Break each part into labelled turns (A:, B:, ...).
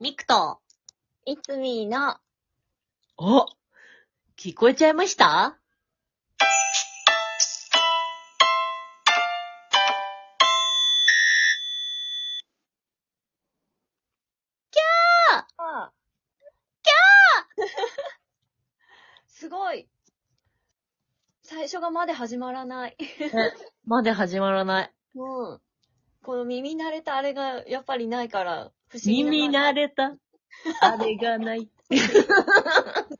A: ミクト。
B: いつみーの、
A: お聞こえちゃいました
B: すごい。最初がまで始まらない。
A: まで始まらない。
B: うん。この耳慣れたあれがやっぱりないから、不思議な。
A: 耳慣れ た。あれがない。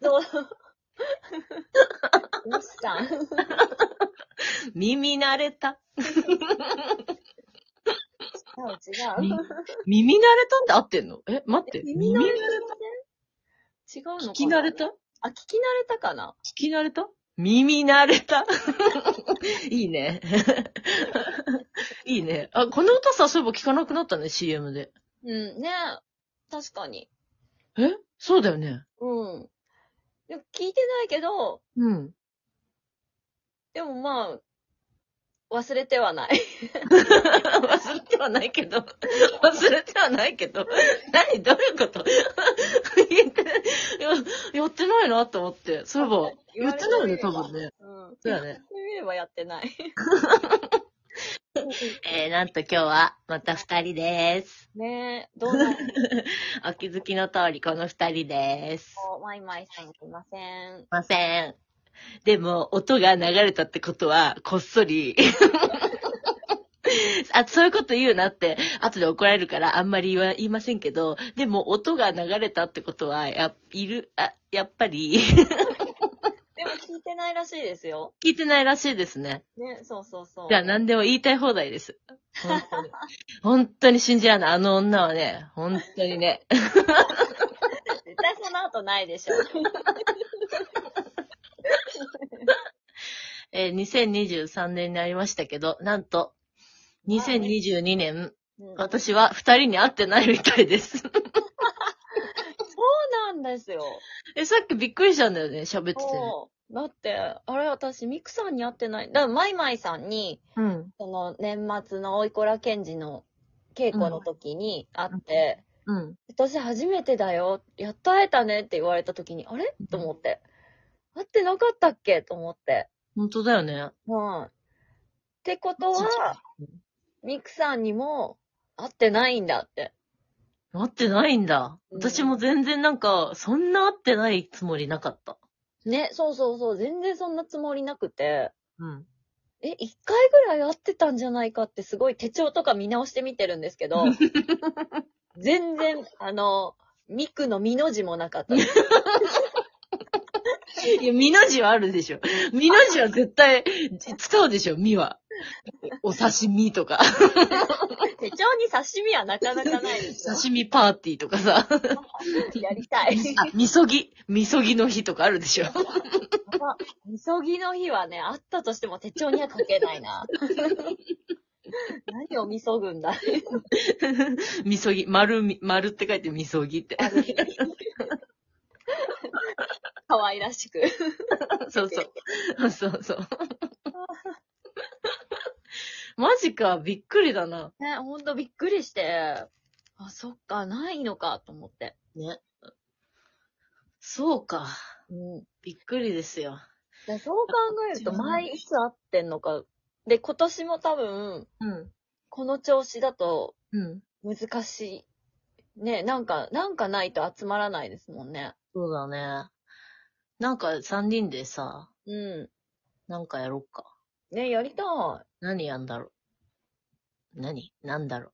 B: そう。どうした
A: 耳慣れた。
B: 違う
A: み
B: 違う。
A: 耳慣れたって合ってんのえ、待って。
B: 耳慣れた違うのかな
A: 聞き慣れた聞
B: あ、聞き慣れたかな
A: き慣れた耳慣れ た。いいね。 いいね。あ、この歌さ、そういえば聞かなくなったね、CM で。
B: うん、ね確かに。
A: えそうだよね。
B: うん。でも聞いてないけど、
A: うん。
B: でもまあ、忘れてはない。
A: 忘れてはないけど、 忘れてはないけど、何どういうこと 言ってややってないなと思って。そういえば、言ってないよね、多分ね。
B: うん。
A: そうだね。
B: そういえばやってない。
A: えー、なんと今日は、また二人です。
B: ねえ、どうなる
A: お気づきの通り、この二人です。すい
B: のマイマイさんすいません。
A: ません。でも、音が流れたってことは、こっそり。 あ、そういうこと言うなって、後で怒られるからあんまり言わ言いませんけど、でも音が流れたってことは、や、いる、あ、やっぱり、
B: でも聞いてないらしいですよ。
A: 聞いてないらしいですね。
B: ね、そうそうそう。
A: じゃあ何でも言いたい放題です。本当に。 本当に信じられない。あの女はね、本当にね。
B: 絶対その後ないでしょ。
A: えー2023年になりましたけど、なんと、2022年、
B: うんそう
A: 私は二人に会ってないみたいです。
B: なんですよ。
A: え、さっきびっくりしたんだよね、喋ってて。
B: そう。だって、あれ私、ミクさんに会ってない。だから、マイマイさんに、
A: うん。
B: その、年末のおいこら賢治の稽古の時に会って、
A: うん。
B: 私初めてだよ。やっと会えたねって言われた時に、あれと思って。会ってなかったっけと思って。
A: 本当だよね。
B: はい。ってこと
A: そう
B: は、ミクさんにも会ってないんだって。
A: 会ってないんだ。
B: うん
A: 私も全然なんか、そんな会ってないつもりなかった。
B: ね、そうそうそう、全然そんなつもりなくて。
A: うん。
B: え、一回ぐらい会ってたんじゃないかってすごい手帳とか見直してみてるんですけど、全然、あの、ミクのミの字もなかったです。
A: いや、みの字はあるで しょ。みの字は絶対使うでしょ、みは。お刺身と か、
B: 手帳に刺身はなかなかないですよ。
A: 刺身パーティーとかさ、
B: やりたい。
A: あ、みそぎ、みそぎの日とかあるでしょ。
B: まあみそぎの日はね、あったとしても手帳には書けないな。何をみそぐんだ
A: みそぎ、丸み、丸って書いてみそぎって。
B: 可愛らしく。
A: そう そう。そうそう。マジか、びっくりだな。
B: ね、ほんとびっくりして、あ、そっか、ないのか、と思って。
A: ね。そうか。
B: うん。
A: びっくりですよ。
B: でそう考えると、
A: そうね
B: 毎日会ってんのか。で、今年も多分、
A: うん。
B: この調子だと
A: うん。
B: 難しい。ね、なんか、なんかないと集まらないですもんね。
A: そうだね。なんか三人でさ、
B: う
A: なんかやろっか。
B: ん。ね、やりたい。
A: 何やんだろう。何なんだろ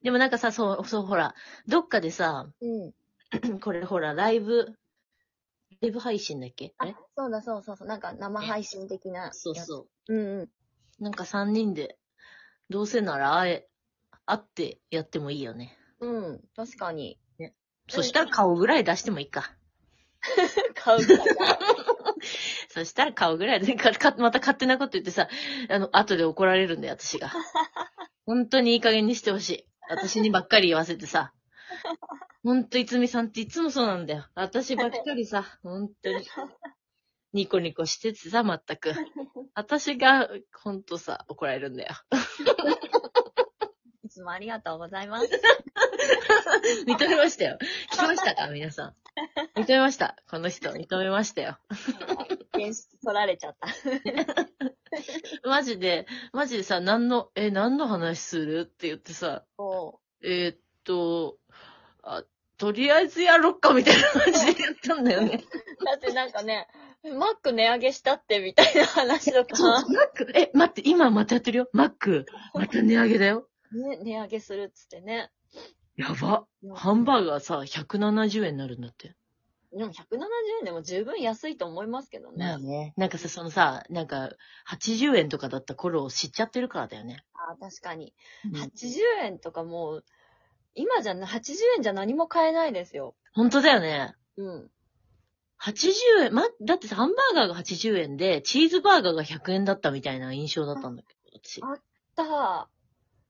A: う。でもなんかさ、そう、そう、ほら、どっかでさ、
B: うん。
A: これほら、ライブ、ライブ配信だっけ
B: あ
A: え、
B: そうだそうそうそう。なんか生配信的なやつ。。
A: そうそう
B: うんうん。
A: う。なんか三人で、どうせなら会え、会ってやってもいいよね。
B: うん。確かに。
A: そしたら顔ぐらい出してもいいか。
B: 買うから。
A: そしたら顔ぐらいで、 か、か、また勝手なこと言ってさ、あの、後で怒られるんだよ、私が。本当にいい加減にしてほしい。私にばっかり言わせてさ。ほんと、いつみさんっていつもそうなんだよ。私ばっかりさ、ほんとに。ニコニコしててさ、まったく。私が、ほんとさ、怒られるんだよ。
B: いつもありがとうございます。
A: 認めましたよ。聞きましたか皆さん。認めました。この人、認めましたよ。
B: 検出取られちゃった。
A: マジで、マジでさ、何の、え、何の話するって言ってさ、
B: そ
A: えーっと、あ、とりあえずやろっかみたいな感じでやったんだよね。
B: う。だってなんかね、マック値上げしたってみたいな話と
A: そう
B: か、
A: マック、 え、待って、今またやってるよ。マック、また値上げだよ。
B: ね、値上げするっつってね。
A: やば。ハンバーガーさ、170円になるんだって。
B: でも170円でも十分安いと思いますけどね。
A: あね。なんかさ、そのさ、なんか、80円とかだった頃を知っちゃってるからだよね。
B: あー確かに。
A: うん、
B: 80円とかもう、今じゃな、80円じゃ何も買えないですよ。
A: 本当だよね。
B: うん。
A: 80円、ま、だってさ、ハンバーガーが80円で、チーズバーガーが100円だったみたいな印象だったんだけど、私
B: あ。あった。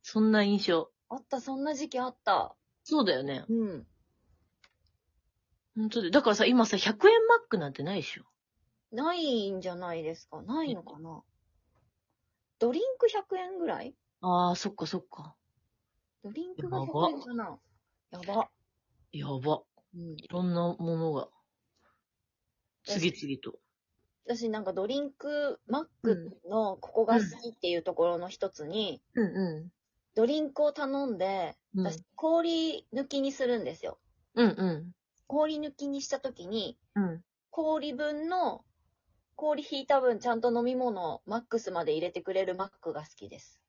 A: そんな印象。
B: あった、そんな時期あった。
A: そうだよね。
B: うん。
A: 本当だよ。だからさ、今さ、100円マックなんてないでしょ。
B: ないんじゃないですか。ないのかな。ドリンク100円ぐらい
A: あー、そっかそっか。
B: ドリンクが
A: やば
B: 100円かな。やば。
A: やば。
B: うん。
A: いろんなものが、次々と。
B: 私なんかドリンク、マックのここが好きっていうところの一つに、
A: うんう
B: ドリンクを頼んで、
A: うん
B: 私氷抜きにするんですよ。
A: ん。うんう
B: 氷抜きにしたときに、
A: ん。うん。
B: 氷分の、氷引いた分ちゃんと飲み物をマックスまで入れてくれるマックが好きです。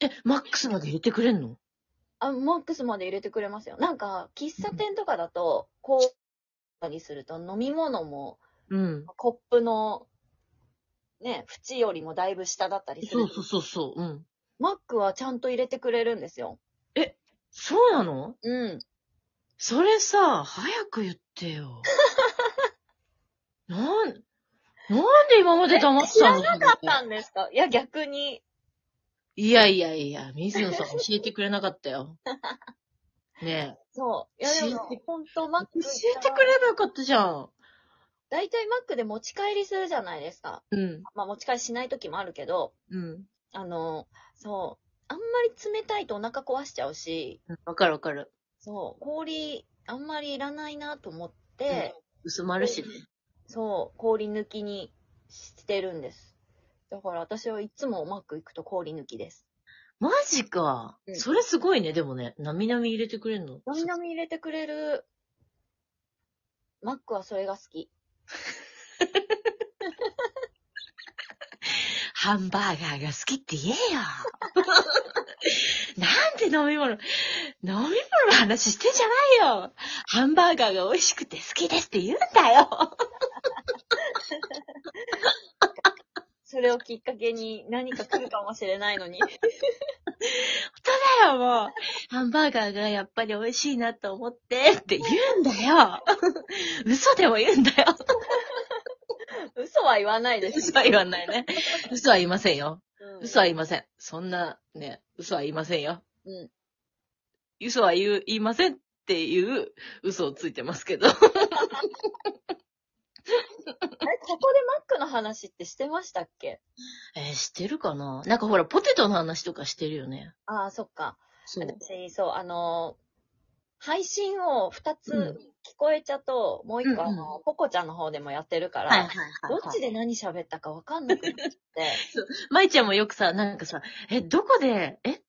A: え、マックスまで入れてくれんの
B: あ、マックスまで入れてくれますよ。なんか、喫茶店とかだと、こう、にすると飲み物も、
A: うん。
B: コップの、ね、縁よりもだいぶ下だったりす
A: そ
B: る
A: う。そうそうそう。うん。
B: マックはちゃんと入れてくれるんですよ。
A: そうなの
B: うん。
A: それさ、早く言って よ。なん、なんで今まで黙ってたの
B: なかったんですかいや、逆に。
A: いやいやいや、水野さん教えてくれなかった よ。ね
B: そう。いや、でも
A: 教えて、
B: 本当マッ
A: え。
B: ク
A: 教えてくればよかったじゃん。
B: だいたいマックで持ち帰りするじゃないですか。
A: うん、
B: まあ、持ち帰りしない時もあるけど、
A: うん。
B: あの、そう。あんまり冷たいとお腹壊しちゃうし、
A: わかるわかる。
B: そう、氷、あんまりいらないなと思って、
A: 薄まるしね。
B: そう、氷抜きにしてるんです。だから私はいつもマック行くと氷抜きです。
A: マジか
B: う。ん
A: それすごいね、でもね。なみなみ入れてくれんの。
B: なみなみ入れてくれる、マックはそれが好き。
A: ハンバーガーが好きって言えよ。なんで飲み物、飲み物の話してんじゃないよ。ハンバーガーが美味しくて好きですって言うんだよ。
B: それをきっかけに何か来るかもしれないのに。
A: だよ、もう。ハンバーガーがやっぱり美味しいなと思ってって言うんだよ。嘘でも言うんだよ。
B: 嘘は言わないです。
A: 嘘は言わないね。嘘は言いませんよ。
B: うん
A: 嘘は言いません。そんな、ね、嘘は言いませんよ。
B: うん
A: 嘘は言う、言いませんっていう嘘をついてますけど。
B: あれ、ここでマックの話ってしてましたっけ
A: えー、してるかななんかほら、ポテトの話とかしてるよね。
B: ああ、そっか。
A: そ
B: 私、そう、あのー配信を2
A: う
B: つ聞こえちゃと、もう1個、
A: うん
B: あ
A: うん
B: の、ポコちゃんの方でもやってるから、
A: はいはい
B: どっちで何喋ったかわかんなくなっちゃって、
A: 舞ちゃんもよくさ、なんかさ、え、どこで、え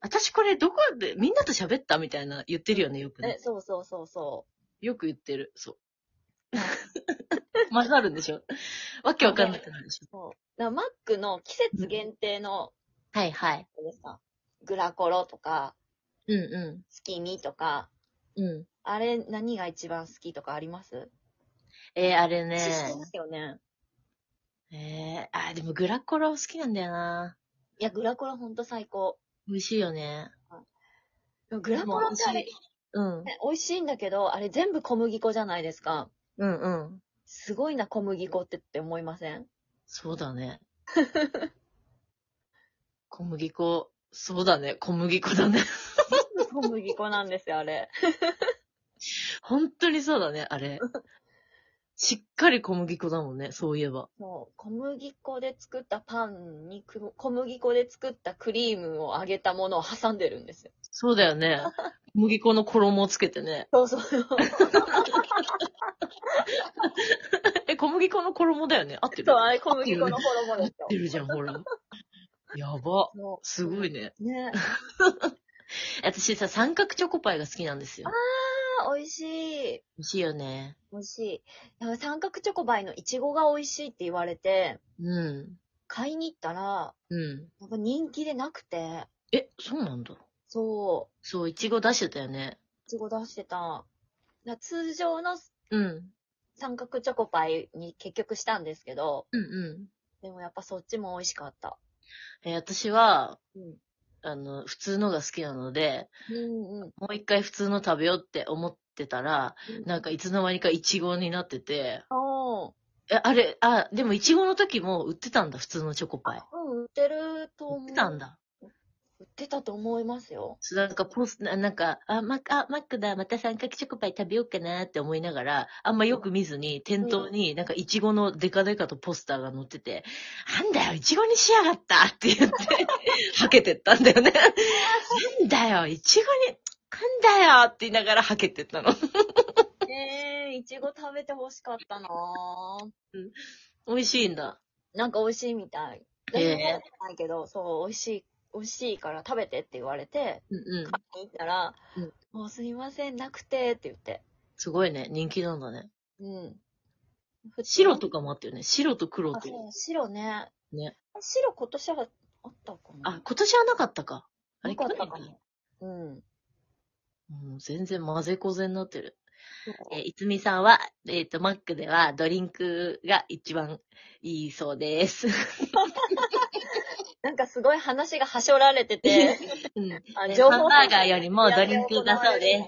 A: 私これどこで、みんなと喋ったみたいな言ってるよね、よく
B: え
A: ね。
B: そうそうそうそ
A: よく言ってる。そう。混ざるんでしょわけわかんなくなるでし
B: う。そうだからマックの季節限定の、
A: ょはいはい。
B: あれですかグラコロとか、
A: うんう
B: 月見とか、
A: ん。うん。
B: あれ、何が一番好きとかあります
A: えーあれね。
B: 知ってますよね。
A: えー、あー、でもグラコロ好きなんだよな。
B: いや、グラコロほんと最高。
A: 美味しいよね。
B: でもグラコロってあれ、
A: でもうん。
B: ね美味しいんだけど、あれ全部小麦粉じゃないですか。
A: うんうん。
B: すごいな、小麦粉ってって思いません
A: そうだね。 小麦粉、そうだね。小麦粉 だね。
B: 小麦粉なんですよ、あれ。
A: 本当にそうだね、あれ。しっかり小麦粉だもんね、そういえば。
B: そう、小麦粉で作ったパンにく小麦粉で作ったクリームを揚げたものを挟んでるんですよ。
A: そうだよね。小麦粉の衣をつけてね。
B: そうそう。
A: え、小麦粉の衣だよね合ってる
B: そう、
A: 合
B: あれ小麦粉の衣です
A: っ
B: よ
A: て。るじゃん、ほら。やば。
B: そ
A: すごいね。
B: う。ね。
A: 私さ、三角チョコパイが好きなんですよ。
B: あー、美味しい。
A: 美味しいよね。
B: 美味しい。でも三角チョコバイのイチゴが美味しいって言われて、
A: うん。
B: 買いに行ったら、
A: うん。
B: なんか人気でなくて、
A: え、そうなんだ。
B: そ
A: そう、いちご出してたよね。
B: う、いちご出してた。な通常の
A: うん。
B: 三角チョコパイに結局したんですけど、
A: うんう
B: でもやっぱそっちも美味しかった。
A: ん。え、私は、
B: うん。
A: あの、普通のが好きなので、
B: うんうん。
A: もう一回普通の食べようって思ってたら、なんかいつの間にかイチゴになってて、
B: あ
A: え、あれ、あ、でもイチゴの時も売ってたんだ、普通のチョコパイ。
B: あ、うん、売ってると思う。
A: 売ってたん。だ。
B: 売ってたと思いますよ。
A: そうなんかポス、ななんか、あ、マック、あ、マックだ、また三角チョコパイ食べようかなって思いながら、あんまよく見ずに、店頭になんかイチゴのデカデカとポスターが載ってて、なんだよ、イチゴにしやがったって 言って、はけてったんだよね。なんだよ、イチゴに、なんだよって言いながらはけてったの。
B: ええいちご食べて欲しかったなぁ
A: 美味しいんだ。
B: なんか美味しいみたい。
A: ええ
B: 全然食べてないけど、そう、美味しい、美味しいから食べてって言われて、
A: うんうん。
B: 買いに行ったら、
A: うん
B: もうすいません、なくてって言って。
A: すごいね、人気なんだね。
B: うん。普通
A: 白とかもあったよね。白と黒
B: あ、
A: と。
B: そう、白ね。
A: ね。
B: 白今年はあったかな
A: あ、、今年はなかったか。あれ
B: なかったか
A: 去年
B: も。うん。
A: もう全然混ぜこぜになってる。えーいつみさんは、えっ、と、マックではドリンクが一番いいそうです。
B: なんかすごい話がはしょられてて、
A: うん、
B: あ
A: ね
B: 情報
A: ハンバーガーよりもドリンクだそうです。